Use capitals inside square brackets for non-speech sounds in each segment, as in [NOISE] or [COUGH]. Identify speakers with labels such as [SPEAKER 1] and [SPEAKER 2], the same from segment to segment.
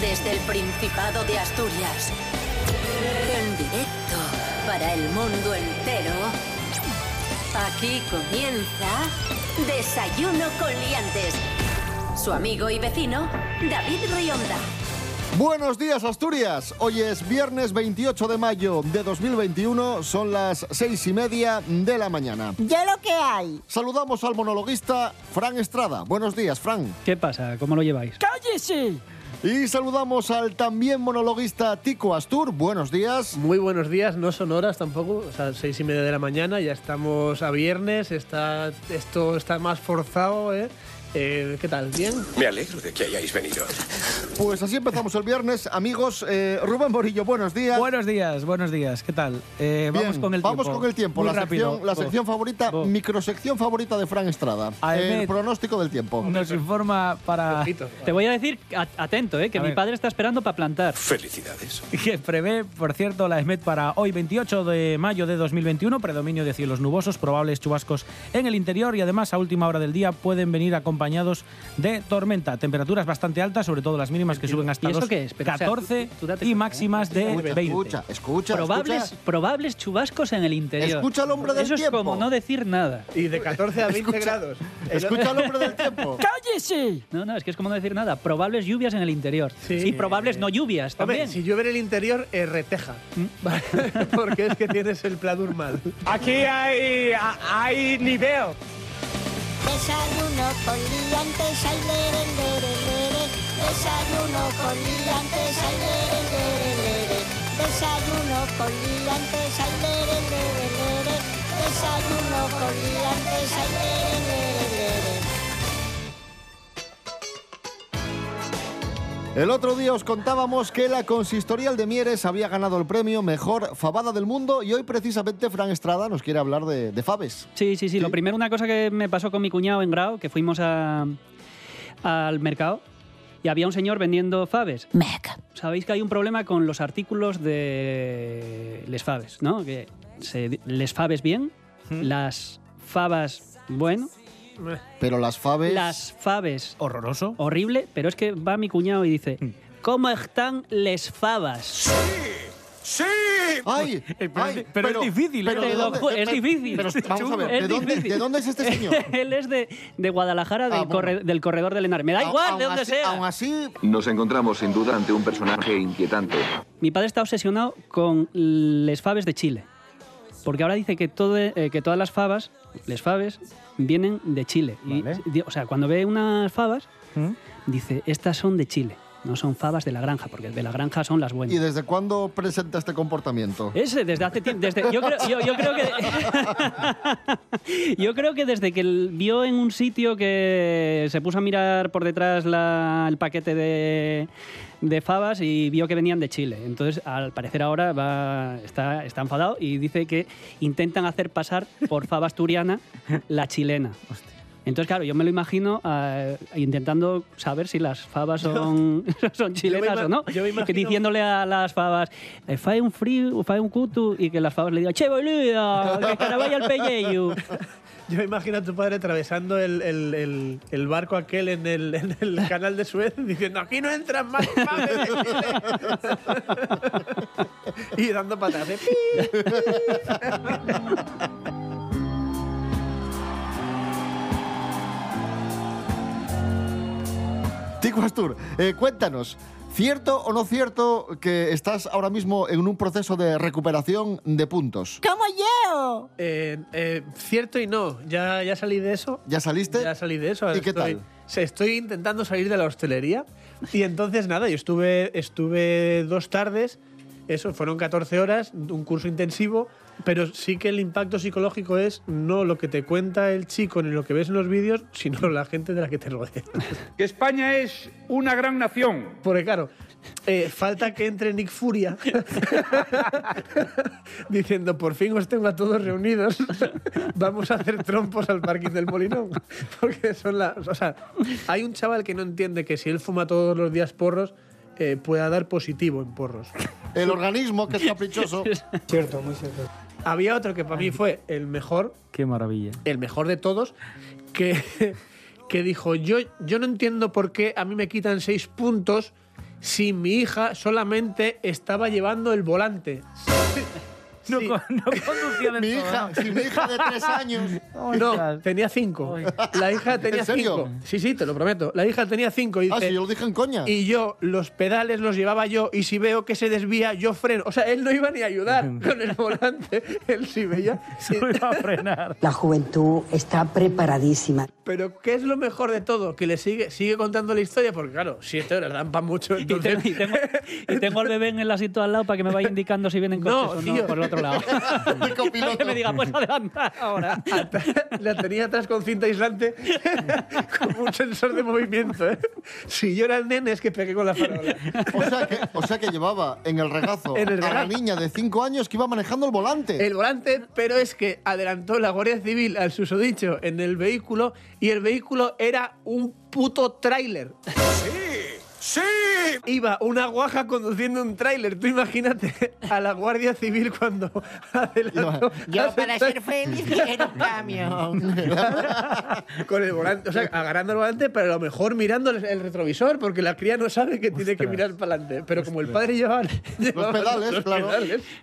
[SPEAKER 1] Desde el Principado de Asturias. En directo para el mundo entero. Aquí comienza Desayuno con Liantes. Su amigo y vecino, David Rionda.
[SPEAKER 2] Buenos días Asturias, hoy es viernes 28 de mayo de 2021, son las seis y media de la mañana.
[SPEAKER 3] Ya lo que hay.
[SPEAKER 2] Saludamos al monologuista Fran Estrada. Buenos días, Fran.
[SPEAKER 4] ¿Qué pasa? ¿Cómo lo lleváis?
[SPEAKER 3] ¡Cállese!
[SPEAKER 2] Y saludamos al también monologuista Tico Astur. Buenos días.
[SPEAKER 5] Muy buenos días, no son horas tampoco, o sea, seis y media de la mañana, ya estamos a viernes, está, esto está más forzado, ¿eh? Eh, ¿Qué tal? ¿Bien?
[SPEAKER 6] Me alegro de que hayáis venido.
[SPEAKER 2] Pues así empezamos el viernes, amigos. Eh, Rubén Borillo, buenos días.
[SPEAKER 7] Buenos días, buenos días, ¿qué tal? Eh,
[SPEAKER 2] Bien,
[SPEAKER 7] vamos con el tiempo.
[SPEAKER 2] vamos con el tiempo.
[SPEAKER 7] Muy
[SPEAKER 2] La
[SPEAKER 7] rápido.
[SPEAKER 2] sección, la sección favorita,
[SPEAKER 7] Bo.
[SPEAKER 2] microsección favorita de Fran Estrada.
[SPEAKER 7] Aemet.
[SPEAKER 2] El pronóstico del tiempo.
[SPEAKER 7] Nos informa para
[SPEAKER 5] Poquito.
[SPEAKER 4] Te voy a decir, a- atento, eh, que
[SPEAKER 7] A
[SPEAKER 4] mi
[SPEAKER 7] ver.
[SPEAKER 4] padre está esperando para plantar.
[SPEAKER 6] Felicidades.
[SPEAKER 7] [LAUGHS] que prevé, por cierto, la ESMED para hoy 28 de mayo de 2021, predominio de cielos nubosos, probables chubascos en el interior y además a última hora del día pueden venir acompañados de tormenta. Temperaturas bastante altas, sobre todo las mínimas que suben hasta
[SPEAKER 4] ¿Y eso
[SPEAKER 7] los
[SPEAKER 4] qué es? Pero, o sea,
[SPEAKER 7] 14
[SPEAKER 4] tú- tú date
[SPEAKER 7] y
[SPEAKER 4] cuenta,
[SPEAKER 7] máximas
[SPEAKER 4] ¿eh?
[SPEAKER 7] de
[SPEAKER 2] Escucha,
[SPEAKER 7] 20.
[SPEAKER 2] escucha, escucha.
[SPEAKER 4] Probables,
[SPEAKER 2] escucha.
[SPEAKER 4] probables chubascos en el interior.
[SPEAKER 2] Escucha al hombre del
[SPEAKER 4] Eso
[SPEAKER 2] tiempo.
[SPEAKER 4] es como no decir nada.
[SPEAKER 5] Y de 14 a 20 grados.
[SPEAKER 2] [LAUGHS] Escucha al hombre del tiempo.
[SPEAKER 3] ¡Cállese!
[SPEAKER 4] No, no, es que es como no decir nada. Probables lluvias en el interior.
[SPEAKER 5] Sí.
[SPEAKER 4] Y probables no lluvias
[SPEAKER 5] Hombre,
[SPEAKER 4] también.
[SPEAKER 5] si llueve en el interior, eh, reteja. [LAUGHS] Porque es que tienes el pladur mal.
[SPEAKER 8] Aquí hay, hay nivel.
[SPEAKER 9] Desayuno con liantes, ay, lere, lere, lere. Desayuno con liantes, ay, lere, lere, lere. Desayuno con liantes, ay, lere, lere, lere. Desayuno con liantes, ay, lere, lere, lere.
[SPEAKER 2] El otro día os contábamos que la consistorial de Mieres había ganado el premio Mejor Fabada del Mundo y hoy precisamente Fran Estrada nos quiere hablar de, de Fabes.
[SPEAKER 4] Sí, sí, sí. Lo primero, una cosa que me pasó con mi cuñado en Grau, que fuimos a- al mercado y había un señor vendiendo faves. Sabéis que hay un problema con los artículos de les faves, ¿no? Que se- les faves bien, las fabas bueno,
[SPEAKER 2] Pero las Fabes...
[SPEAKER 4] las faves
[SPEAKER 7] Horroroso.
[SPEAKER 4] horrible, pero es que va mi cuñado y dice,
[SPEAKER 2] Mm.
[SPEAKER 4] ¿cómo están les fabas?
[SPEAKER 6] ¡Sí!
[SPEAKER 4] [LAUGHS]
[SPEAKER 2] ¡Ay!
[SPEAKER 7] Pero
[SPEAKER 2] ay,
[SPEAKER 7] es- pero es difícil, ¿eh?
[SPEAKER 2] pero ¿de
[SPEAKER 4] Te lo
[SPEAKER 2] dónde-
[SPEAKER 4] ju- es
[SPEAKER 2] pero-
[SPEAKER 4] difícil.
[SPEAKER 2] pero vamos a ver,
[SPEAKER 4] Es
[SPEAKER 2] ¿de dónde,
[SPEAKER 4] difícil.
[SPEAKER 2] de dónde es este
[SPEAKER 4] [LAUGHS]
[SPEAKER 2] señor?
[SPEAKER 4] Él es de, de Guadalajara, del,
[SPEAKER 2] Ah, bueno.
[SPEAKER 4] corre- del corredor del Henar. Me da
[SPEAKER 2] Au-
[SPEAKER 4] igual
[SPEAKER 2] aun
[SPEAKER 4] de dónde
[SPEAKER 2] así-
[SPEAKER 4] sea.
[SPEAKER 2] Aún así,
[SPEAKER 10] Nos encontramos sin duda ante un personaje inquietante.
[SPEAKER 4] Mi padre está obsesionado con les faves de Chile. Porque ahora dice que, todo, eh, que todas las favas, les faves, vienen de Chile. Y,
[SPEAKER 7] Vale.
[SPEAKER 4] di- o sea, cuando ve unas favas,
[SPEAKER 7] ¿Mm?
[SPEAKER 4] dice, estas son de Chile, no son favas de la granja, porque de la granja son las buenas.
[SPEAKER 2] ¿y desde cuándo presenta este comportamiento?
[SPEAKER 4] Ese, desde hace tiempo. Desde, yo, creo, yo- yo creo que. [LAUGHS] yo creo que desde que el- vio en un sitio que se puso a mirar por detrás la- el paquete de, de fabas y vio que venían de Chile. Entonces, al parecer ahora va, está, está enfadado y dice que intentan hacer pasar por fava asturiana la chilena. Entonces, claro, yo me lo imagino eh, intentando saber si las favas son, [LAUGHS] son chilenas
[SPEAKER 5] ima-
[SPEAKER 4] o no.
[SPEAKER 5] yo me imagino-
[SPEAKER 4] Que diciéndole a las favas, eh, fae un frío, fae un cutu, y que las favas le digan, che, boludo, que caraballa el pelleyu.
[SPEAKER 5] Yo me imagino a tu padre atravesando el, el- el- el barco aquel en el, en el canal de Suez diciendo aquí no entran más paves de Chile". [LAUGHS] y dando patadas. de pi.
[SPEAKER 2] Tico Astur, eh, cuéntanos, ¿cierto o no cierto que estás ahora mismo en un proceso de recuperación de puntos?
[SPEAKER 3] ¡Como yo!
[SPEAKER 5] Eh, eh, cierto y no, ya, ya salí de eso.
[SPEAKER 2] ¿Ya saliste?
[SPEAKER 5] Ya salí de eso. ahora
[SPEAKER 2] ¿Y qué
[SPEAKER 5] estoy-
[SPEAKER 2] tal?
[SPEAKER 5] se- Estoy intentando salir de la hostelería. Y entonces, nada, yo estuve, estuve dos tardes, eso, fueron 14 horas, un curso intensivo, pero sí que el impacto psicológico es no lo que te cuenta el chico ni lo que ves en los vídeos, sino la gente de la que te rodea.
[SPEAKER 8] Que España es una gran nación.
[SPEAKER 5] Porque claro, eh, falta que entre Nick Furia [LAUGHS] diciendo, por fin os tengo a todos reunidos, [LAUGHS] vamos a hacer trompos al parking del Molinón. [LAUGHS] Porque son las... O sea, hay un chaval que no entiende que si él fuma todos los días porros, eh, pueda dar positivo en porros.
[SPEAKER 2] El organismo, que es
[SPEAKER 5] [LAUGHS]
[SPEAKER 2] caprichoso.
[SPEAKER 5] Había otro que para mí fue el mejor,
[SPEAKER 7] [LAUGHS] Qué maravilla.
[SPEAKER 5] el mejor de todos, [LAUGHS] que, que dijo, yo, yo no entiendo por qué a mí me quitan seis puntos si mi hija solamente estaba llevando el volante. [LAUGHS]
[SPEAKER 7] No,
[SPEAKER 5] Sí.
[SPEAKER 7] con- no conducía del
[SPEAKER 2] Mi
[SPEAKER 7] todo,
[SPEAKER 2] hija, si mi hija de tres años.
[SPEAKER 4] [LAUGHS]
[SPEAKER 5] No,
[SPEAKER 7] Ostras.
[SPEAKER 5] tenía cinco.
[SPEAKER 7] Ay.
[SPEAKER 5] La hija tenía
[SPEAKER 2] serio?
[SPEAKER 5] cinco. Sí, sí, te lo prometo. La hija tenía cinco y
[SPEAKER 2] Ah,
[SPEAKER 5] dice,
[SPEAKER 2] sí, yo lo dije en coña. [LAUGHS]
[SPEAKER 5] y yo los pedales los llevaba yo y si veo que se desvía yo freno. O sea, él no iba ni a
[SPEAKER 4] [LAUGHS]
[SPEAKER 5] ayudar con el volante. Él sí veía.
[SPEAKER 7] no. Solo iba a frenar.
[SPEAKER 11] La juventud está preparadísima.
[SPEAKER 5] Pero ¿qué es lo mejor de todo? Que le sigue, sigue contando la historia porque claro, siete horas dan para mucho.
[SPEAKER 4] [LAUGHS] Y te-
[SPEAKER 5] Entonces,
[SPEAKER 4] y tengo, [LAUGHS] y tengo al bebé en el asiento al lado para que me vaya indicando si vienen
[SPEAKER 5] No,
[SPEAKER 4] coches o no
[SPEAKER 5] tío.
[SPEAKER 4] por el
[SPEAKER 5] [LAUGHS]
[SPEAKER 4] otro lado. [LAUGHS]
[SPEAKER 2] De copiloto.
[SPEAKER 4] que me diga, pues adelanta ahora.
[SPEAKER 5] la tenía atrás con cinta aislante [LAUGHS] como un sensor de movimiento. ¿eh? Si yo era el nene es que pegué con la farola.
[SPEAKER 2] O sea, que, o sea que llevaba en el regazo
[SPEAKER 5] En el
[SPEAKER 2] a la
[SPEAKER 5] regazo.
[SPEAKER 2] niña de cinco años que iba manejando el volante. [LAUGHS]
[SPEAKER 5] El volante, pero es que adelantó la Guardia Civil al susodicho en el vehículo y el vehículo era un puto tráiler.
[SPEAKER 12] ¡Sí!
[SPEAKER 5] Iba una guaja conduciendo un tráiler. Tú imagínate a la Guardia Civil cuando adelantó.
[SPEAKER 13] Yo para ser feliz [LAUGHS] quiero un camión.
[SPEAKER 5] Con el volante, o sea, agarrando el volante, pero a lo mejor mirando el- el retrovisor, porque la cría no sabe que tiene que mirar para adelante. Pero como el padre llevaba llevaba [LAUGHS]
[SPEAKER 2] pedales, claro.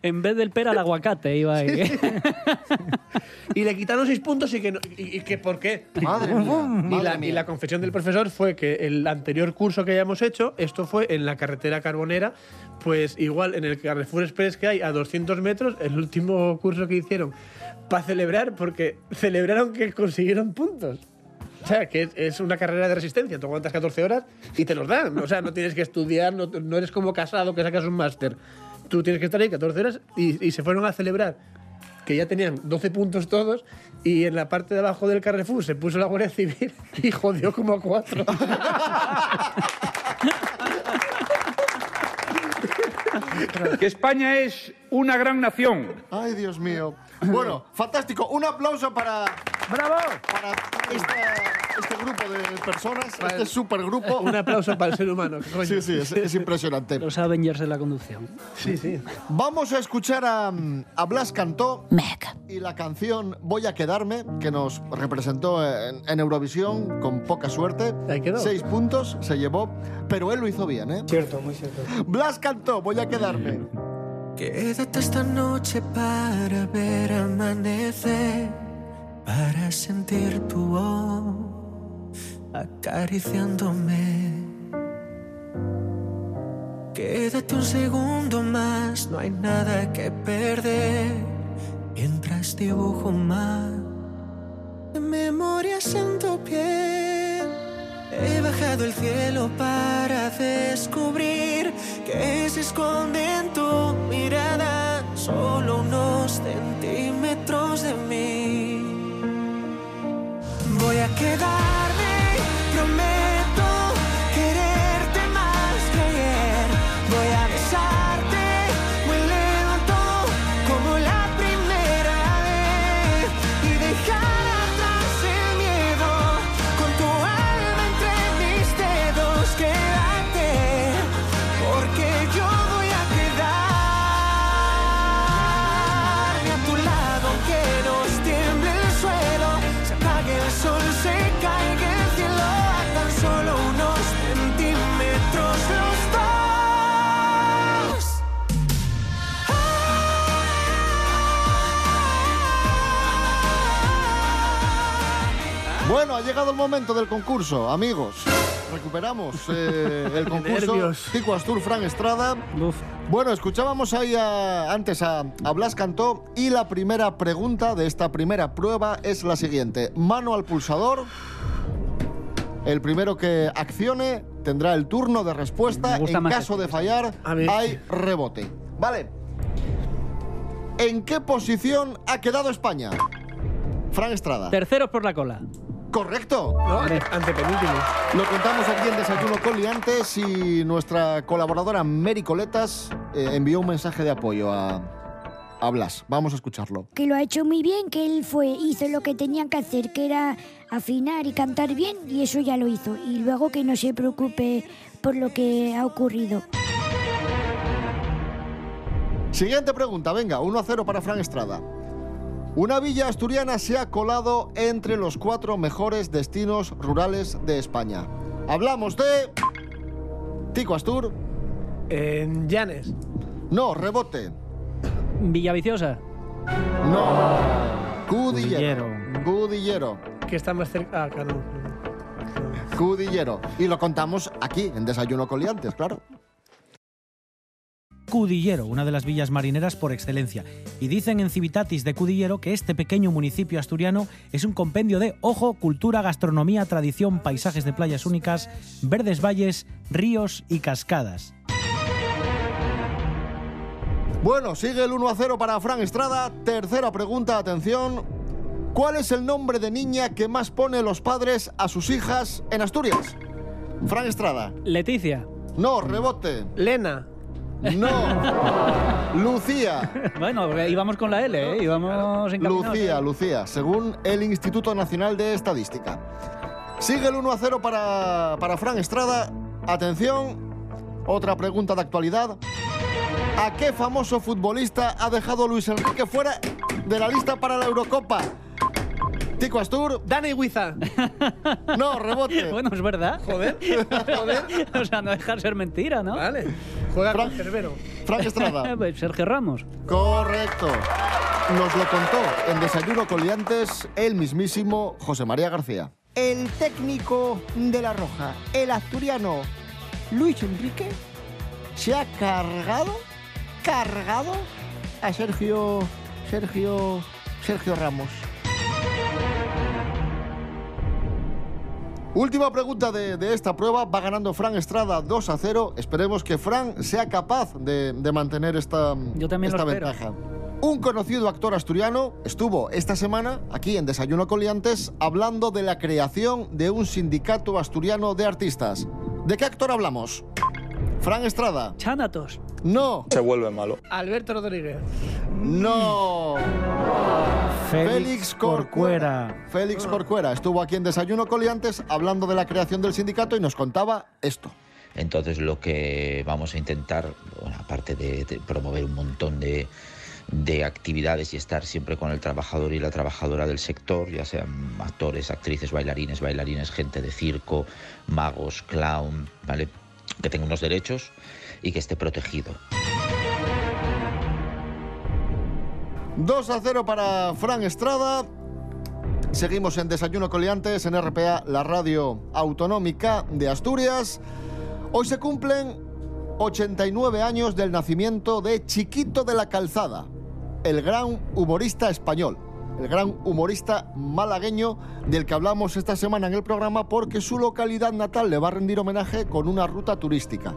[SPEAKER 4] En vez del pera al aguacate iba ahí.
[SPEAKER 5] y le quitaron seis puntos y que, no- y, y que ¿por qué?
[SPEAKER 2] Madre
[SPEAKER 5] [LAUGHS]
[SPEAKER 2] mía.
[SPEAKER 5] Y
[SPEAKER 2] madre
[SPEAKER 5] la,
[SPEAKER 2] mía.
[SPEAKER 5] y la confesión del profesor fue que el anterior curso que hayamos hecho, esto fue en la carretera carbonera, pues igual en el Carrefour Express que hay a 200 metros, el último curso que hicieron, para celebrar, porque celebraron que consiguieron puntos. O sea, que es, es una carrera de resistencia. Tú aguantas 14 horas y te los dan. O sea, no tienes que estudiar, no, no eres como casado que sacas un máster. Tú tienes que estar ahí 14 horas y, y se fueron a celebrar que ya tenían 12 puntos todos y en la parte de abajo del Carrefour se puso la Guardia Civil [LAUGHS] y jodió como a cuatro.
[SPEAKER 14] Que España es una gran nación.
[SPEAKER 2] Ay, Dios mío. Bueno, fantástico. Un aplauso para,
[SPEAKER 7] ¡Bravo!
[SPEAKER 2] para esta- este grupo de personas, este supergrupo.
[SPEAKER 5] Un aplauso para el ser humano. coño.
[SPEAKER 2] Sí, sí, es, es
[SPEAKER 4] [LAUGHS]
[SPEAKER 2] impresionante.
[SPEAKER 4] Los Avengers de la conducción.
[SPEAKER 5] Sí, sí.
[SPEAKER 2] Vamos a escuchar a, a Blas Cantó
[SPEAKER 15] Meg.
[SPEAKER 2] y la canción Voy a quedarme, que nos representó en, en Eurovisión con poca suerte.
[SPEAKER 5] Ahí quedó.
[SPEAKER 2] Seis puntos se llevó, pero él lo hizo bien, ¿eh?
[SPEAKER 11] Cierto, muy cierto.
[SPEAKER 2] Blas Cantó, Voy a quedarme.
[SPEAKER 9] Quédate esta noche para ver amanecer, para sentir tu voz acariciándome. Quédate un segundo más, no hay nada que perder, mientras dibujo más de memorias en tu piel. He bajado el cielo para descubrir que se esconde en tu mirada solo unos centímetros de mí. Voy a quedarme, prometo quererte más que ayer. Voy a besarte muy lento como la primera vez y dejar atrás el miedo con tu alma entre mis dedos. Quédate, porque yo voy a quedarme a tu lado, que nos tiemble el suelo, se apague el sol, se caiga el cielo a tan solo unos centímetros los dos.
[SPEAKER 2] Bueno, ha llegado el momento del concurso, amigos. Recuperamos
[SPEAKER 4] [LAUGHS]
[SPEAKER 2] eh, el concurso.
[SPEAKER 5] nervios.
[SPEAKER 2] Tico Astur, Fran Estrada.
[SPEAKER 4] Uf.
[SPEAKER 2] Bueno, escuchábamos ahí a- antes a, a Blas Cantó y la primera pregunta de esta primera prueba es la siguiente. Mano al pulsador. El primero que accione tendrá el turno de respuesta.
[SPEAKER 4] Me gusta
[SPEAKER 2] En
[SPEAKER 4] más
[SPEAKER 2] caso
[SPEAKER 4] este.
[SPEAKER 2] de fallar,
[SPEAKER 5] A ver.
[SPEAKER 2] hay rebote. Vale. ¿En qué posición ha quedado España? Fran Estrada.
[SPEAKER 4] Terceros por la cola.
[SPEAKER 2] Correcto.
[SPEAKER 5] No, antepenúltimo.
[SPEAKER 2] Lo contamos aquí en Desayuno Coliantes y nuestra colaboradora Mary Coletas eh, envió un mensaje de apoyo a, a Blas. Vamos a escucharlo.
[SPEAKER 3] Que lo ha hecho muy bien, que él fue, hizo lo que tenía que hacer, que era afinar y cantar bien, y eso ya lo hizo. Y luego que no se preocupe por lo que ha ocurrido.
[SPEAKER 2] Siguiente pregunta, venga, 1 a 0 para Fran Estrada. Una villa asturiana se ha colado entre los cuatro mejores destinos rurales de España. Hablamos de Tico Astur,
[SPEAKER 5] En Llanes.
[SPEAKER 2] No, rebote.
[SPEAKER 4] Villaviciosa.
[SPEAKER 2] No. Cudillero. Cudillero.
[SPEAKER 5] Que está más cerca. Ah, claro.
[SPEAKER 2] Cudillero. Y lo contamos aquí, en Desayuno con Liantes, claro.
[SPEAKER 7] Cudillero, una de las villas marineras por excelencia. Y dicen en Civitatis de Cudillero que este pequeño municipio asturiano es un compendio de, ojo, cultura, gastronomía, tradición, paisajes de playas únicas, verdes valles, ríos y cascadas.
[SPEAKER 2] Bueno, sigue el 1 a 0 para Fran Estrada. Tercera pregunta, atención. ¿Cuál es el nombre de niña que más pone los padres a sus hijas en Asturias? Fran Estrada.
[SPEAKER 4] Leticia. [LAUGHS]
[SPEAKER 2] No, rebote.
[SPEAKER 5] Lena.
[SPEAKER 2] No. Lucía.
[SPEAKER 4] Bueno, íbamos con la L, ¿eh? Íbamos encaminados.
[SPEAKER 2] Lucía, Lucía, según el Instituto Nacional de Estadística. Sigue el 1 a 0 para, para Fran Estrada. Atención, otra pregunta de actualidad. ¿A qué famoso futbolista ha dejado Luis Enrique fuera de la lista para la Eurocopa? Tico Astur.
[SPEAKER 5] Dani Huiza.
[SPEAKER 7] [LAUGHS]
[SPEAKER 2] No, rebote.
[SPEAKER 4] Bueno, es
[SPEAKER 2] [LAUGHS]
[SPEAKER 4] verdad.
[SPEAKER 5] Joder. Joder.
[SPEAKER 4] O sea, no dejar ser mentira, ¿no?
[SPEAKER 5] Vale. Juega
[SPEAKER 2] Fran-
[SPEAKER 5] con Cerbero.
[SPEAKER 2] Frank Estrada.
[SPEAKER 4] Pues Sergio Ramos.
[SPEAKER 2] Correcto. Nos lo contó en Desayuno Coliantes el mismísimo José María García.
[SPEAKER 16] El técnico de la Roja, el asturiano Luis Enrique, se ha cargado, cargado a Sergio, Sergio, Sergio Ramos.
[SPEAKER 2] Última pregunta de, de esta prueba. Va ganando Fran Estrada 2 a 0. Esperemos que Fran sea capaz de, de mantener esta,
[SPEAKER 4] Yo también
[SPEAKER 2] esta
[SPEAKER 4] lo espero.
[SPEAKER 2] ventaja. Un conocido actor asturiano estuvo esta semana aquí en Desayuno Coliantes hablando de la creación de un sindicato asturiano de artistas. ¿De qué actor hablamos? Fran Estrada.
[SPEAKER 4] Chánatos.
[SPEAKER 2] No.
[SPEAKER 17] Se vuelve malo.
[SPEAKER 5] Alberto Rodríguez.
[SPEAKER 2] No. Félix Corcuera. Félix Corcuera estuvo aquí en Desayuno Coliantes hablando de la creación del sindicato y nos contaba esto.
[SPEAKER 18] Entonces lo que vamos a intentar, bueno, aparte de, de promover un montón de, de actividades y estar siempre con el trabajador y la trabajadora del sector, ya sean actores, actrices, bailarines, bailarines, gente de circo, magos, clown, ¿vale? Que tenga unos derechos y que esté protegido.
[SPEAKER 2] 2 a 0 para Fran Estrada. Seguimos en Desayuno Coliantes en RPA, la radio autonómica de Asturias. Hoy se cumplen 89 años del nacimiento de Chiquito de la Calzada, el gran humorista español, el gran humorista malagueño del que hablamos esta semana en el programa porque su localidad natal le va a rendir homenaje con una ruta turística.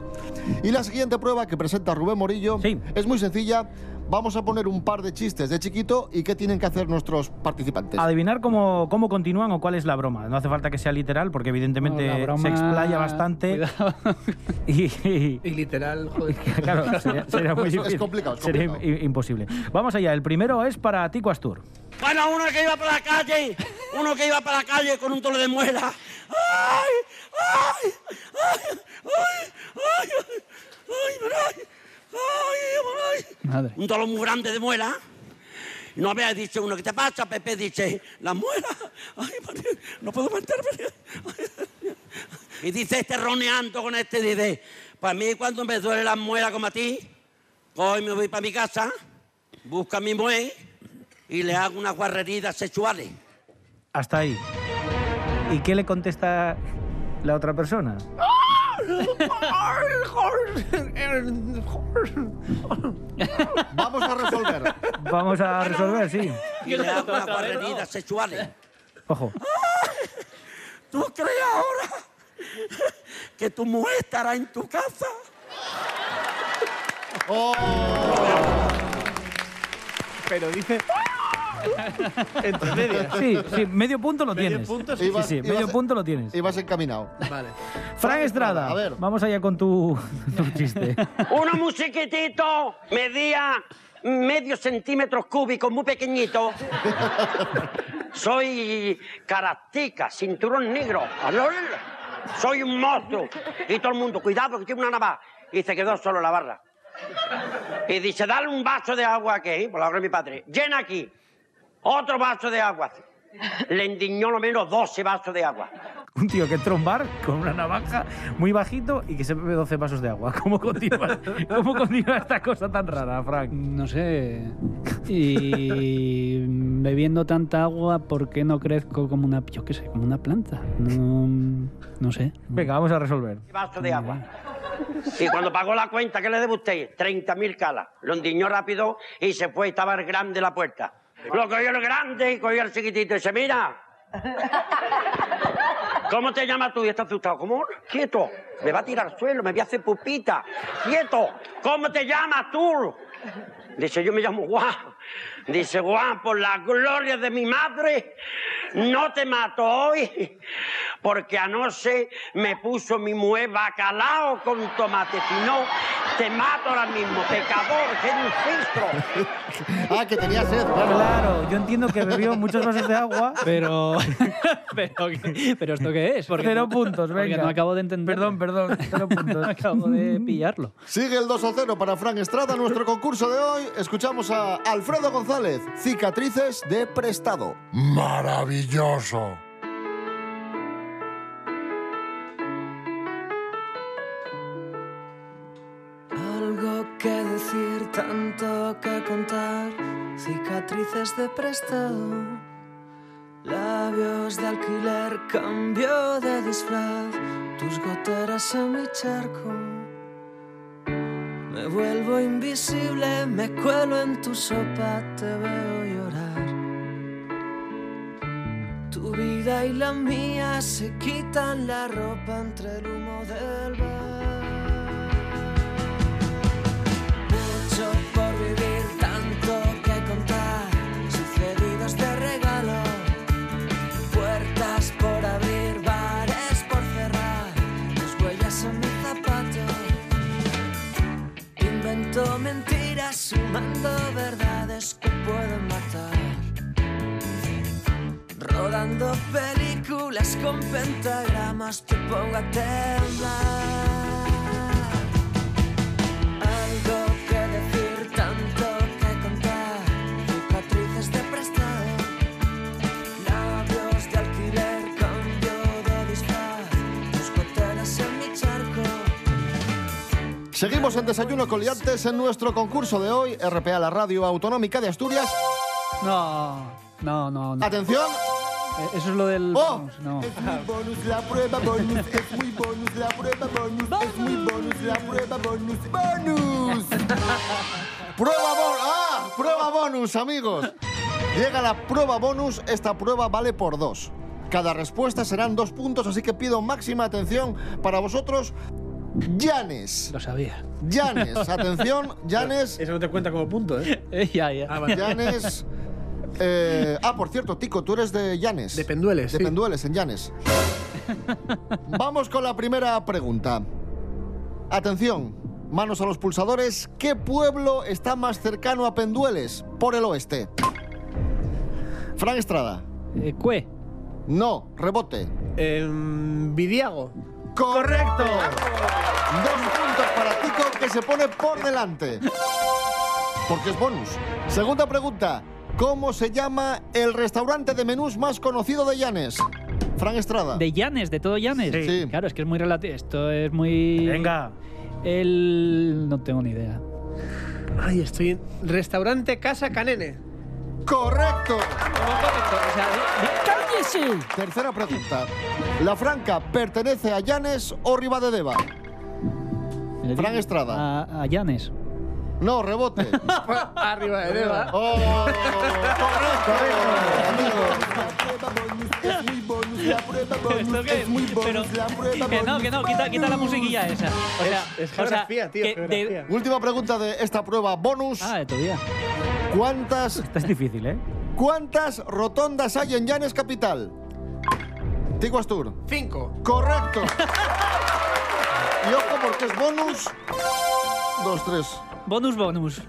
[SPEAKER 2] Y la siguiente prueba que presenta Rubén Morillo es muy sencilla. Vamos a poner un par de chistes de chiquito y qué tienen que hacer nuestros participantes.
[SPEAKER 7] Adivinar cómo, cómo continúan o cuál es la broma. No hace falta que sea literal, porque evidentemente
[SPEAKER 4] No, la broma-
[SPEAKER 7] se explaya bastante. y, [LAUGHS]
[SPEAKER 5] Y literal, joder.
[SPEAKER 7] claro, sería, sería muy
[SPEAKER 5] Es
[SPEAKER 7] difícil.
[SPEAKER 5] complicado, es
[SPEAKER 7] Sería
[SPEAKER 5] complicado.
[SPEAKER 7] im- imposible. Vamos allá. El primero es para Tico Astur.
[SPEAKER 19] Bueno, uno que iba para la calle, uno que iba para la calle con un tole de muela. ¡Ay! ¡Ay! ¡Ay! ¡Ay! ¡Ay! ¡Ay! ¡Ay! maray! ¡Ay! maray! Un tolo muy grande de muela. Y no veas, dice uno, ¿qué te pasa, Pepe? Dice, la muela. Ay, maray, no puedo meterme. Y dice este roneando con este, dice, para mí cuando me duele la muela como a ti, hoy me voy para mi casa, busco a mi mujer y le hago unas guarreridas sexuales.
[SPEAKER 7] Hasta ahí. ¿Y qué le contesta la otra persona?
[SPEAKER 2] Vamos a resolver.
[SPEAKER 7] Vamos a resolver, sí.
[SPEAKER 19] Y le hago unas guarreridas sexuales.
[SPEAKER 7] Ojo.
[SPEAKER 19] ¿Tú crees ahora que tu mujer estará en tu casa?
[SPEAKER 5] Pero dice. Entre medias.
[SPEAKER 7] Sí, sí, medio punto lo
[SPEAKER 5] Medio
[SPEAKER 7] tienes.
[SPEAKER 5] punto,
[SPEAKER 7] sí, sí,
[SPEAKER 2] Ibas-
[SPEAKER 7] sí,
[SPEAKER 2] ibas-
[SPEAKER 7] medio punto lo tienes.
[SPEAKER 2] Ibas encaminado.
[SPEAKER 5] Eh, Vale.
[SPEAKER 7] Frank Estrada,
[SPEAKER 2] A ver.
[SPEAKER 7] vamos allá con tu, [LAUGHS] tu chiste.
[SPEAKER 19] Uno muy chiquitito, medía medio centímetro cúbico, muy pequeñito. Soy caractica, cinturón negro. ¡Alol! Soy un monstruo. Y todo el mundo, cuidado, que tiene una navaja. Y se quedó solo la barra. Y dice, dale un vaso de agua aquí, por la obra de mi padre. Llena aquí. Otro vaso de agua. Le indignó lo menos 12 vasos de agua.
[SPEAKER 7] un tío que entró a un bar con una navaja muy bajito y que se bebe 12 vasos de agua. [LAUGHS] ¿Cómo continúa, cómo continúa esta cosa tan rara, Frank?
[SPEAKER 4] [LAUGHS] No sé. Y bebiendo tanta agua, ¿por qué no crezco como una, yo qué sé, como una planta? No, no sé.
[SPEAKER 7] Venga, vamos a resolver.
[SPEAKER 19] vaso de agua. Y cuando pagó la cuenta, ¿qué le debe usted? 30.000 calas. Lo endiñó rápido y se fue. Estaba el grande en la puerta. Lo cogió el grande y cogió el chiquitito. Y dice, mira. ¿Cómo te llamas tú? Y está asustado. ¿Cómo? Quieto. Me va a tirar al suelo, me voy a hacer pupita. Quieto. ¿Cómo te llamas tú? Dice, yo me llamo Juan. Dice, Juan, por la gloria de mi madre, no te mato hoy, porque anoche me puso mi mujer bacalao con tomate. Si no, te mato ahora mismo, pecador, genufistro.
[SPEAKER 2] Ah, que tenía sed, claro.
[SPEAKER 7] Claro, yo entiendo que bebió muchos vasos de [LAUGHS] agua.
[SPEAKER 4] Pero, [LAUGHS] pero, ¿qué- pero ¿esto qué es? Porque
[SPEAKER 7] Cero
[SPEAKER 4] no-
[SPEAKER 7] puntos,
[SPEAKER 4] porque
[SPEAKER 7] venga.
[SPEAKER 4] no acabo de entender.
[SPEAKER 7] Perdón, perdón,
[SPEAKER 4] [LAUGHS]
[SPEAKER 7] cero puntos.
[SPEAKER 4] acabo de
[SPEAKER 7] [LAUGHS]
[SPEAKER 4] pillarlo.
[SPEAKER 2] Sigue el 2 a 0 para Fran Estrada. Nuestro concurso de hoy escuchamos a Alfredo González, cicatrices de prestado.
[SPEAKER 6] Maravilloso.
[SPEAKER 20] Algo que decir, tanto que contar, cicatrices de prestado, labios de alquiler, cambio de disfraz, tus goteras en mi charco. Me vuelvo invisible, me cuelo en tu sopa, te veo llorar. Tu vida y la mía se quitan la ropa entre el humo del bar. Mucho por vivir, tanto que contar, sucedidos de regalo, puertas por abrir, bares por cerrar, tus huellas en mi zapato. Invento mentiras, sumando verdades que pueden matar. Rodando películas con pentagramas, te pongo a temblar. Algo que decir, tanto que contar, cicatrices de prestado, labios de alquiler, cambio de disfraz, tus goteras en mi charco.
[SPEAKER 2] Seguimos en Desayuno con Liantes en nuestro concurso de hoy, RPA, la radio autonómica de Asturias.
[SPEAKER 4] No, no, no. no.
[SPEAKER 2] Atención.
[SPEAKER 4] Eh, Eso es lo del.
[SPEAKER 2] ¡Oh!
[SPEAKER 4] No.
[SPEAKER 2] Es muy bonus la prueba bonus, es muy bonus la prueba bonus, es muy bonus la prueba bonus, bonus. [LAUGHS] prueba bonus, ah, prueba bonus, amigos. Llega la prueba bonus, esta prueba vale por dos. Cada respuesta serán dos puntos, así que pido máxima atención para vosotros. Llanes,
[SPEAKER 4] Lo sabía.
[SPEAKER 2] Llanes, [LAUGHS] atención, Llanes.
[SPEAKER 5] Eso no te cuenta como punto, ¿eh?
[SPEAKER 4] Eh, ya, ya.
[SPEAKER 5] [LAUGHS] Ah, vale.
[SPEAKER 2] Llanes. eh, ah, por cierto, Tico, tú eres de Llanes.
[SPEAKER 5] De Pendueles,
[SPEAKER 2] De
[SPEAKER 5] sí.
[SPEAKER 2] Pendueles, en Llanes. Vamos con la primera pregunta. Atención, manos a los pulsadores. ¿Qué pueblo está más cercano a Pendueles? Por el oeste. Fran Estrada.
[SPEAKER 4] Eh, cue.
[SPEAKER 2] No, rebote.
[SPEAKER 5] Em, Vidiago.
[SPEAKER 2] ¡Correcto! Dos puntos para Tico que se pone por delante. Porque es bonus. Segunda pregunta. ¿Cómo se llama el restaurante de menús más conocido de Llanes? Fran Estrada.
[SPEAKER 4] De Llanes, de todo Llanes.
[SPEAKER 2] Sí.
[SPEAKER 4] Claro, es que es muy relativo. Esto es muy.
[SPEAKER 7] Venga.
[SPEAKER 4] El. No tengo ni idea.
[SPEAKER 5] Ay, estoy en restaurante Casa [LAUGHS] Canene.
[SPEAKER 2] ¡Correcto! Tercera pregunta. ¿La Franca pertenece a Llanes o Ribadedeva?
[SPEAKER 4] Le
[SPEAKER 2] Fran
[SPEAKER 4] digo
[SPEAKER 2] Estrada.
[SPEAKER 4] A, a Llanes. [LAUGHS]
[SPEAKER 2] No, rebote.
[SPEAKER 5] Arriba de Deva.
[SPEAKER 2] ¡Oh! ¡Correcto! Amigo.
[SPEAKER 4] ¿Esto qué es? Pero, que no, que no, quita, quita la musiquilla esa. O sea,
[SPEAKER 5] Es
[SPEAKER 4] o sea,
[SPEAKER 5] geografía, tío,
[SPEAKER 4] que de-
[SPEAKER 5] geografía.
[SPEAKER 2] Última pregunta de esta prueba bonus.
[SPEAKER 4] Ah, de tu vida.
[SPEAKER 2] ¿Cuántas,
[SPEAKER 7] Esta es difícil, ¿eh?
[SPEAKER 2] cuántas rotondas hay en Llanes Capital? Tico Astur.
[SPEAKER 5] Cinco.
[SPEAKER 2] Correcto. Y ojo porque es bonus. Dos, tres.
[SPEAKER 4] Bonus, bonus.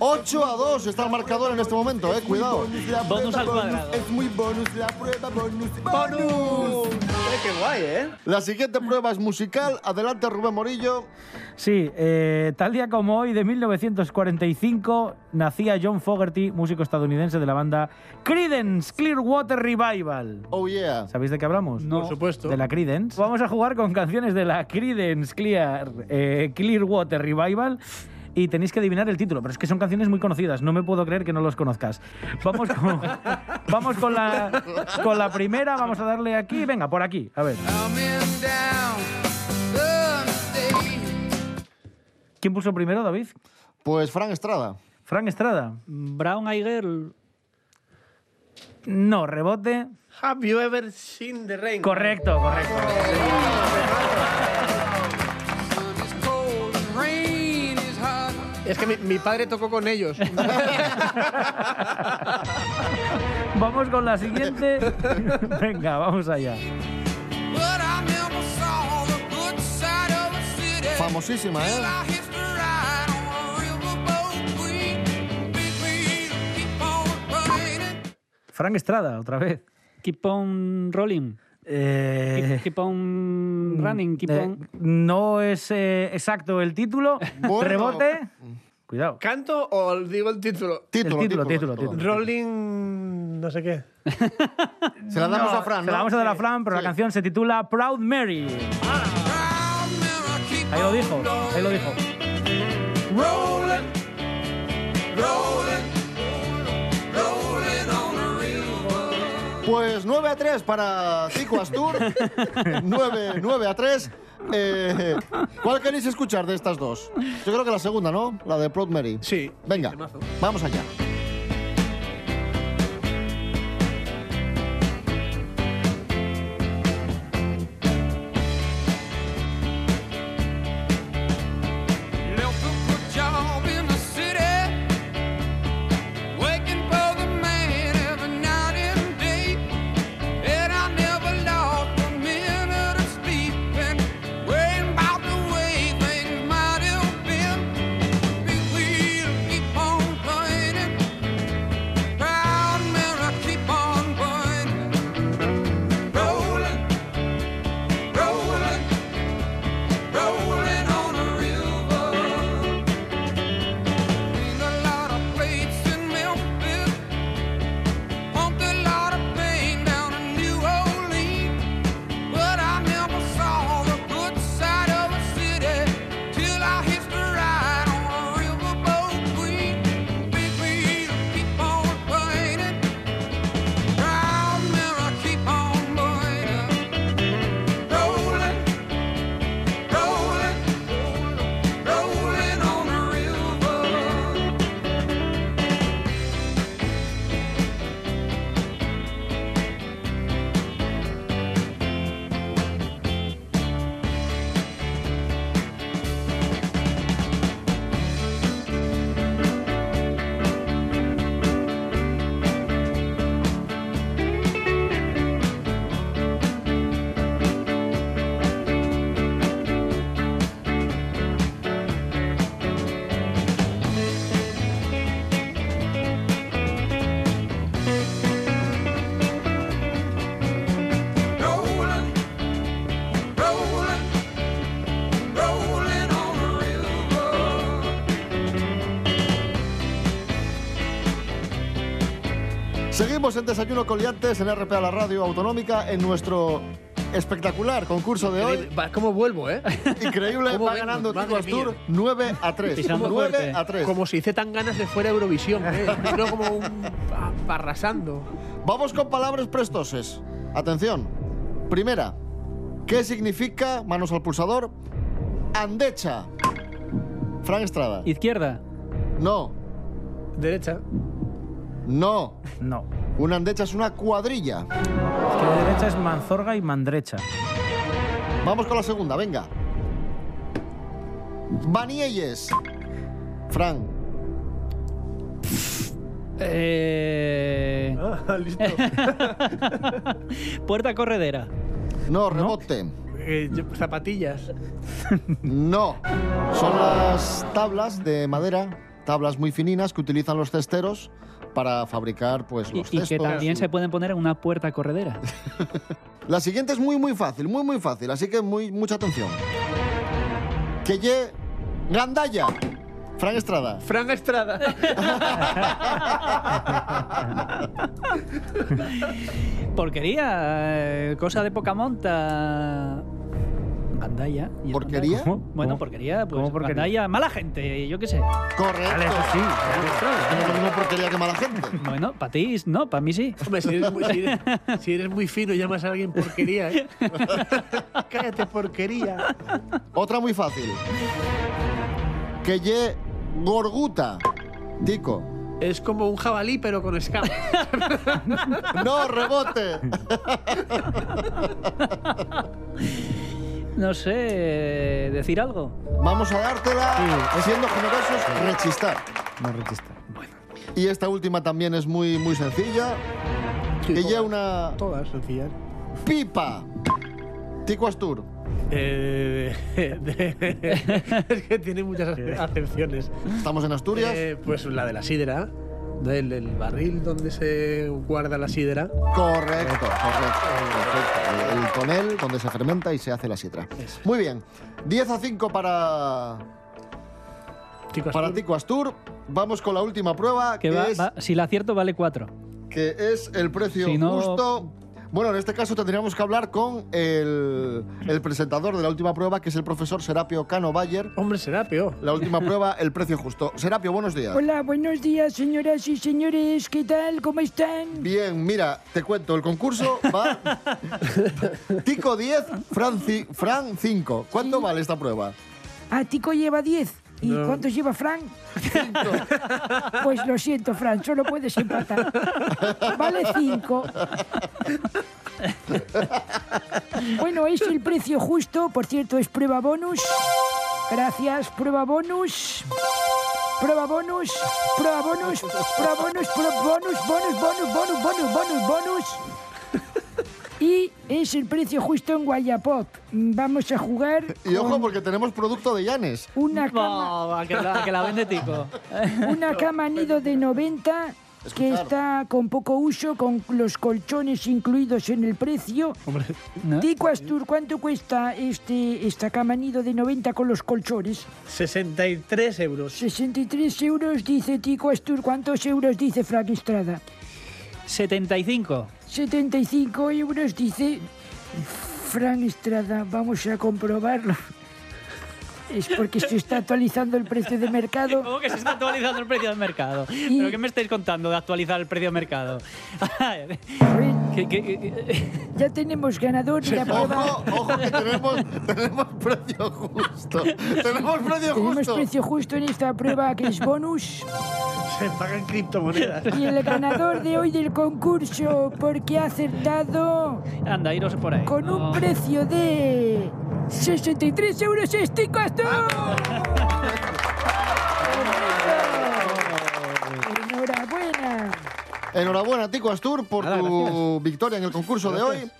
[SPEAKER 2] 8 a 2 está el marcador en este momento, eh. Cuidado.
[SPEAKER 4] Bonus al cuadrado.
[SPEAKER 2] Es muy bonus la prueba, bonus,
[SPEAKER 5] bonus. ¡Qué guay, eh!
[SPEAKER 2] La siguiente prueba es musical. Adelante, Rubén Morillo.
[SPEAKER 7] Sí, eh, tal día como hoy, de 1945, nacía John Fogerty, músico estadounidense de la banda Creedence Clearwater Revival.
[SPEAKER 2] Oh, yeah.
[SPEAKER 7] ¿Sabéis de qué hablamos?
[SPEAKER 5] No. Por supuesto.
[SPEAKER 7] De la Creedence. Vamos a jugar con canciones de la Creedence Clear, eh, Clearwater Revival. Y tenéis que adivinar el título, pero es que son canciones muy conocidas, no me puedo creer que no los conozcas.
[SPEAKER 5] [LAUGHS]
[SPEAKER 7] Vamos con, vamos con, la, con la primera, vamos a darle aquí, venga, por aquí, a ver. ¿Quién puso primero, David?
[SPEAKER 2] Pues Fran Estrada.
[SPEAKER 7] Fran Estrada.
[SPEAKER 4] Brown Eye Girl.
[SPEAKER 7] No, rebote.
[SPEAKER 5] Have you ever seen the rain?
[SPEAKER 7] Correcto, correcto.
[SPEAKER 5] Es que mi, mi padre tocó con ellos.
[SPEAKER 7] Vamos con la siguiente.
[SPEAKER 5] [LAUGHS]
[SPEAKER 7] Venga, vamos allá.
[SPEAKER 2] Famosísima, ¿eh?
[SPEAKER 7] Frank Estrada, otra vez.
[SPEAKER 4] Keep on rolling.
[SPEAKER 7] Eh,
[SPEAKER 4] Keep, keep on running. Keep
[SPEAKER 7] eh,
[SPEAKER 4] on.
[SPEAKER 7] no es eh, exacto el título.
[SPEAKER 2] Bueno.
[SPEAKER 7] Rebote. Cuidado.
[SPEAKER 5] [LAUGHS] ¿Canto o digo el título?
[SPEAKER 2] Título,
[SPEAKER 7] El título, título, título.
[SPEAKER 5] Rolling. no sé qué.
[SPEAKER 2] Se la damos a Fran,
[SPEAKER 7] Se la
[SPEAKER 2] ¿no?
[SPEAKER 7] vamos a dar a Fran, pero la canción se titula Proud Mary.
[SPEAKER 2] Ah.
[SPEAKER 7] Ahí lo dijo, ahí lo dijo.
[SPEAKER 2] Pues 9 a 3 para Tico Astur. 9, 9 a 3. Eh, ¿Cuál queréis escuchar de estas dos? Yo creo que la segunda, ¿no? La de Proud Mary.
[SPEAKER 5] Sí.
[SPEAKER 2] Venga,
[SPEAKER 5] Temazo.
[SPEAKER 2] vamos allá. Seguimos en Desayuno con Liantes en RPA, la radio autonómica, en nuestro espectacular concurso de hoy.
[SPEAKER 5] Va, ¿Cómo vuelvo, eh?
[SPEAKER 2] Increíble,
[SPEAKER 5] ¿Cómo
[SPEAKER 2] va
[SPEAKER 5] vengo?
[SPEAKER 2] ganando Tico
[SPEAKER 5] Madre
[SPEAKER 2] Astur
[SPEAKER 5] mía.
[SPEAKER 2] 9 a 3.
[SPEAKER 4] Pisando
[SPEAKER 2] 9
[SPEAKER 4] fuerte.
[SPEAKER 2] a 3.
[SPEAKER 5] Como si hice tan ganas de fuera Eurovisión, [LAUGHS] ¿eh? No como un. pa- pa- arrasando.
[SPEAKER 2] Vamos con palabras prestoses. Atención. Primera. ¿Qué significa, manos al pulsador, andecha? Fran Estrada.
[SPEAKER 4] Izquierda.
[SPEAKER 2] No,
[SPEAKER 5] Derecha.
[SPEAKER 2] no.
[SPEAKER 7] No.
[SPEAKER 2] Una andecha es una cuadrilla.
[SPEAKER 7] Es que la derecha es manzorga y mandrecha.
[SPEAKER 2] Vamos con la segunda, venga. Banielles. Fran.
[SPEAKER 4] Eh,
[SPEAKER 5] Ah, [LAUGHS] listo.
[SPEAKER 4] Puerta corredera.
[SPEAKER 2] No, rebote.
[SPEAKER 5] eh, yo- zapatillas.
[SPEAKER 2] No, son las tablas de madera, tablas muy fininas que utilizan los cesteros para fabricar pues
[SPEAKER 4] Y,
[SPEAKER 2] los
[SPEAKER 4] y
[SPEAKER 2] cestos.
[SPEAKER 4] que también se pueden poner en una puerta corredera.
[SPEAKER 2] La siguiente es muy muy fácil, muy muy fácil, así que muy mucha atención. Que lle Gandaya. Fran Estrada.
[SPEAKER 5] Fran Estrada.
[SPEAKER 4] Porquería, eh, cosa de poca monta. Gandaya. ¿Y es
[SPEAKER 2] ¿Porquería?
[SPEAKER 4] gandalla? Bueno,
[SPEAKER 2] ¿Cómo?
[SPEAKER 4] porquería, pues
[SPEAKER 2] ¿Cómo porquería?
[SPEAKER 4] gandalla, mala gente, yo qué sé.
[SPEAKER 2] Correcto.
[SPEAKER 4] Vale, eso sí,
[SPEAKER 2] Es lo mismo porquería que mala gente.
[SPEAKER 4] Bueno, para ti no, para mí sí.
[SPEAKER 5] Hombre, si eres, muy, si eres- si eres muy fino, llamas a alguien porquería, ¿eh? [LAUGHS] Cállate, porquería.
[SPEAKER 2] Otra muy fácil. Que lle Gorguta. Tico.
[SPEAKER 5] Es como un jabalí, pero con escamas.
[SPEAKER 2] No, rebote.
[SPEAKER 4] No sé, decir algo.
[SPEAKER 2] Vamos a dártela siendo generosos, rechistar.
[SPEAKER 7] No registra.
[SPEAKER 2] Y esta última también es muy muy sencilla. que lle una
[SPEAKER 5] Todas sencillas.
[SPEAKER 2] pipa. Tico Astur.
[SPEAKER 5] Eh, de- [LAUGHS] es que tiene muchas acepciones.
[SPEAKER 2] Estamos en Asturias.
[SPEAKER 5] Eh, pues la de la sidra, del, del barril donde se guarda la sidra.
[SPEAKER 2] Correcto, correcto. perfecto. El, el tonel donde se fermenta y se hace la sidra. Muy bien. 10 a 5 para. Para Tico Astur. Vamos con la última prueba,
[SPEAKER 4] Que
[SPEAKER 2] que,
[SPEAKER 4] va-
[SPEAKER 2] es,
[SPEAKER 4] va- si la acierto vale cuatro.
[SPEAKER 2] que es el precio
[SPEAKER 4] Si no-
[SPEAKER 2] justo. Bueno, en este caso tendríamos que hablar con el, el presentador de la última prueba, que es el profesor Serapio Cano Bayer.
[SPEAKER 5] Hombre, Serapio.
[SPEAKER 4] [LAUGHS]
[SPEAKER 2] La última prueba, el precio justo. Serapio, buenos días.
[SPEAKER 17] Hola, buenos días, señoras y señores. ¿Qué tal? ¿Cómo están?
[SPEAKER 2] Bien, mira, te cuento, el concurso va
[SPEAKER 4] [LAUGHS]
[SPEAKER 2] Tico 10, Fran, ci- Fran 5. ¿Cuánto vale esta prueba?
[SPEAKER 17] A Tico lleva 10. ¿Y
[SPEAKER 2] No.
[SPEAKER 17] cuánto lleva Frank? Pues lo siento, Frank, solo puedes empatar. Vale 5. Bueno, es el precio justo. Por cierto, es prueba bonus. Gracias, prueba bonus. Prueba bonus, prueba bonus, prueba bonus, prueba bonus, bonus, bonus, bonus, bonus, bonus, bonus. Y es el precio justo en Guayapop. Vamos a jugar
[SPEAKER 2] Y ojo, porque tenemos producto de Llanes.
[SPEAKER 17] una cama.
[SPEAKER 4] a Oh, que la, a que la vende Tico.
[SPEAKER 17] Una cama nido de 90 que
[SPEAKER 4] Escuchar.
[SPEAKER 17] está con poco uso, con los colchones incluidos en el precio. Tico Astur, ¿cuánto cuesta este, esta cama nido de 90 con los colchones?
[SPEAKER 5] 63 euros.
[SPEAKER 17] 63 euros dice Tico Astur. ¿Cuántos euros dice Frank Estrada?
[SPEAKER 4] 75.
[SPEAKER 17] 75 euros dice Frank Estrada. Vamos a comprobarlo. Es porque se está actualizando el precio de mercado.
[SPEAKER 4] ¿Cómo Oh, que se está actualizando el precio del mercado? ¿Pero qué me estáis contando de actualizar el precio del mercado? [LAUGHS] ¿Qué- qué- qué- [LAUGHS]
[SPEAKER 17] Ya tenemos ganador de la prueba.
[SPEAKER 2] Ojo, ojo, que tenemos, tenemos precio justo. Tenemos precio
[SPEAKER 17] Tenemos
[SPEAKER 2] justo.
[SPEAKER 17] precio justo en esta prueba que es bonus.
[SPEAKER 5] Se pagan criptomonedas.
[SPEAKER 17] Y el ganador de hoy del concurso, porque ha acertado
[SPEAKER 4] Anda, iros por ahí.
[SPEAKER 17] con un
[SPEAKER 4] No.
[SPEAKER 17] precio de 63 euros, es Tico Astur. Enhorabuena.
[SPEAKER 2] Enhorabuena, Tico Astur, por tu victoria en el concurso de hoy.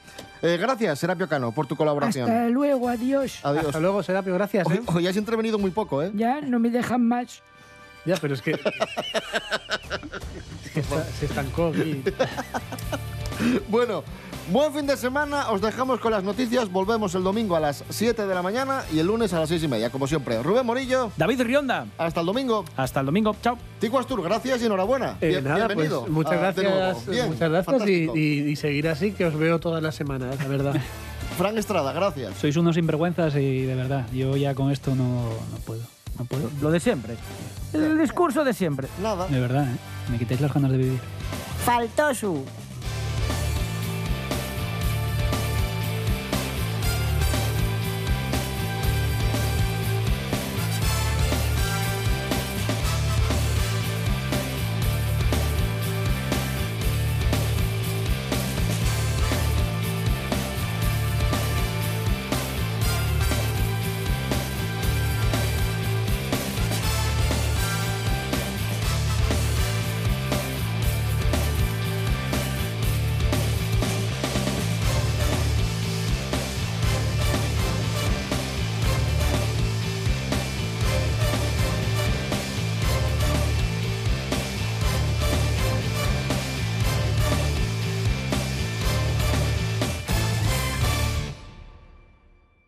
[SPEAKER 2] Eh, gracias, Serapio Cano, por tu colaboración.
[SPEAKER 17] Hasta luego, adiós.
[SPEAKER 2] Adiós.
[SPEAKER 5] Hasta luego, Serapio, gracias. ¿eh?
[SPEAKER 2] Hoy has intervenido muy poco, ¿eh?
[SPEAKER 17] Ya no me dejan más.
[SPEAKER 5] Ya, pero
[SPEAKER 2] [LAUGHS]
[SPEAKER 5] es que. Es que está- se estancó aquí.
[SPEAKER 2] Bueno, buen fin de semana. Os dejamos con las noticias. Volvemos el domingo a las 7 de la mañana y el lunes a las 6 y media, como siempre. Rubén Morillo.
[SPEAKER 7] David Rionda.
[SPEAKER 2] Hasta el domingo.
[SPEAKER 7] Hasta el domingo. Chao.
[SPEAKER 2] Tico Astur, gracias y enhorabuena.
[SPEAKER 5] Eh,
[SPEAKER 2] Bien-
[SPEAKER 5] nada, pues,
[SPEAKER 2] bienvenido.
[SPEAKER 5] muchas
[SPEAKER 2] Ah, de
[SPEAKER 5] gracias.
[SPEAKER 2] nuevo. Bien,
[SPEAKER 5] muchas gracias y,
[SPEAKER 2] fantástico.
[SPEAKER 5] y- y seguir así, que os veo todas las semanas, la verdad.
[SPEAKER 2] Fran Estrada, gracias.
[SPEAKER 4] Sois unos sinvergüenzas y de verdad, yo ya con esto no, no puedo. No puedo.
[SPEAKER 7] Lo de siempre. El discurso de siempre.
[SPEAKER 2] Nada.
[SPEAKER 4] De verdad, ¿eh? me quitáis las ganas de vivir.
[SPEAKER 3] Faltosu.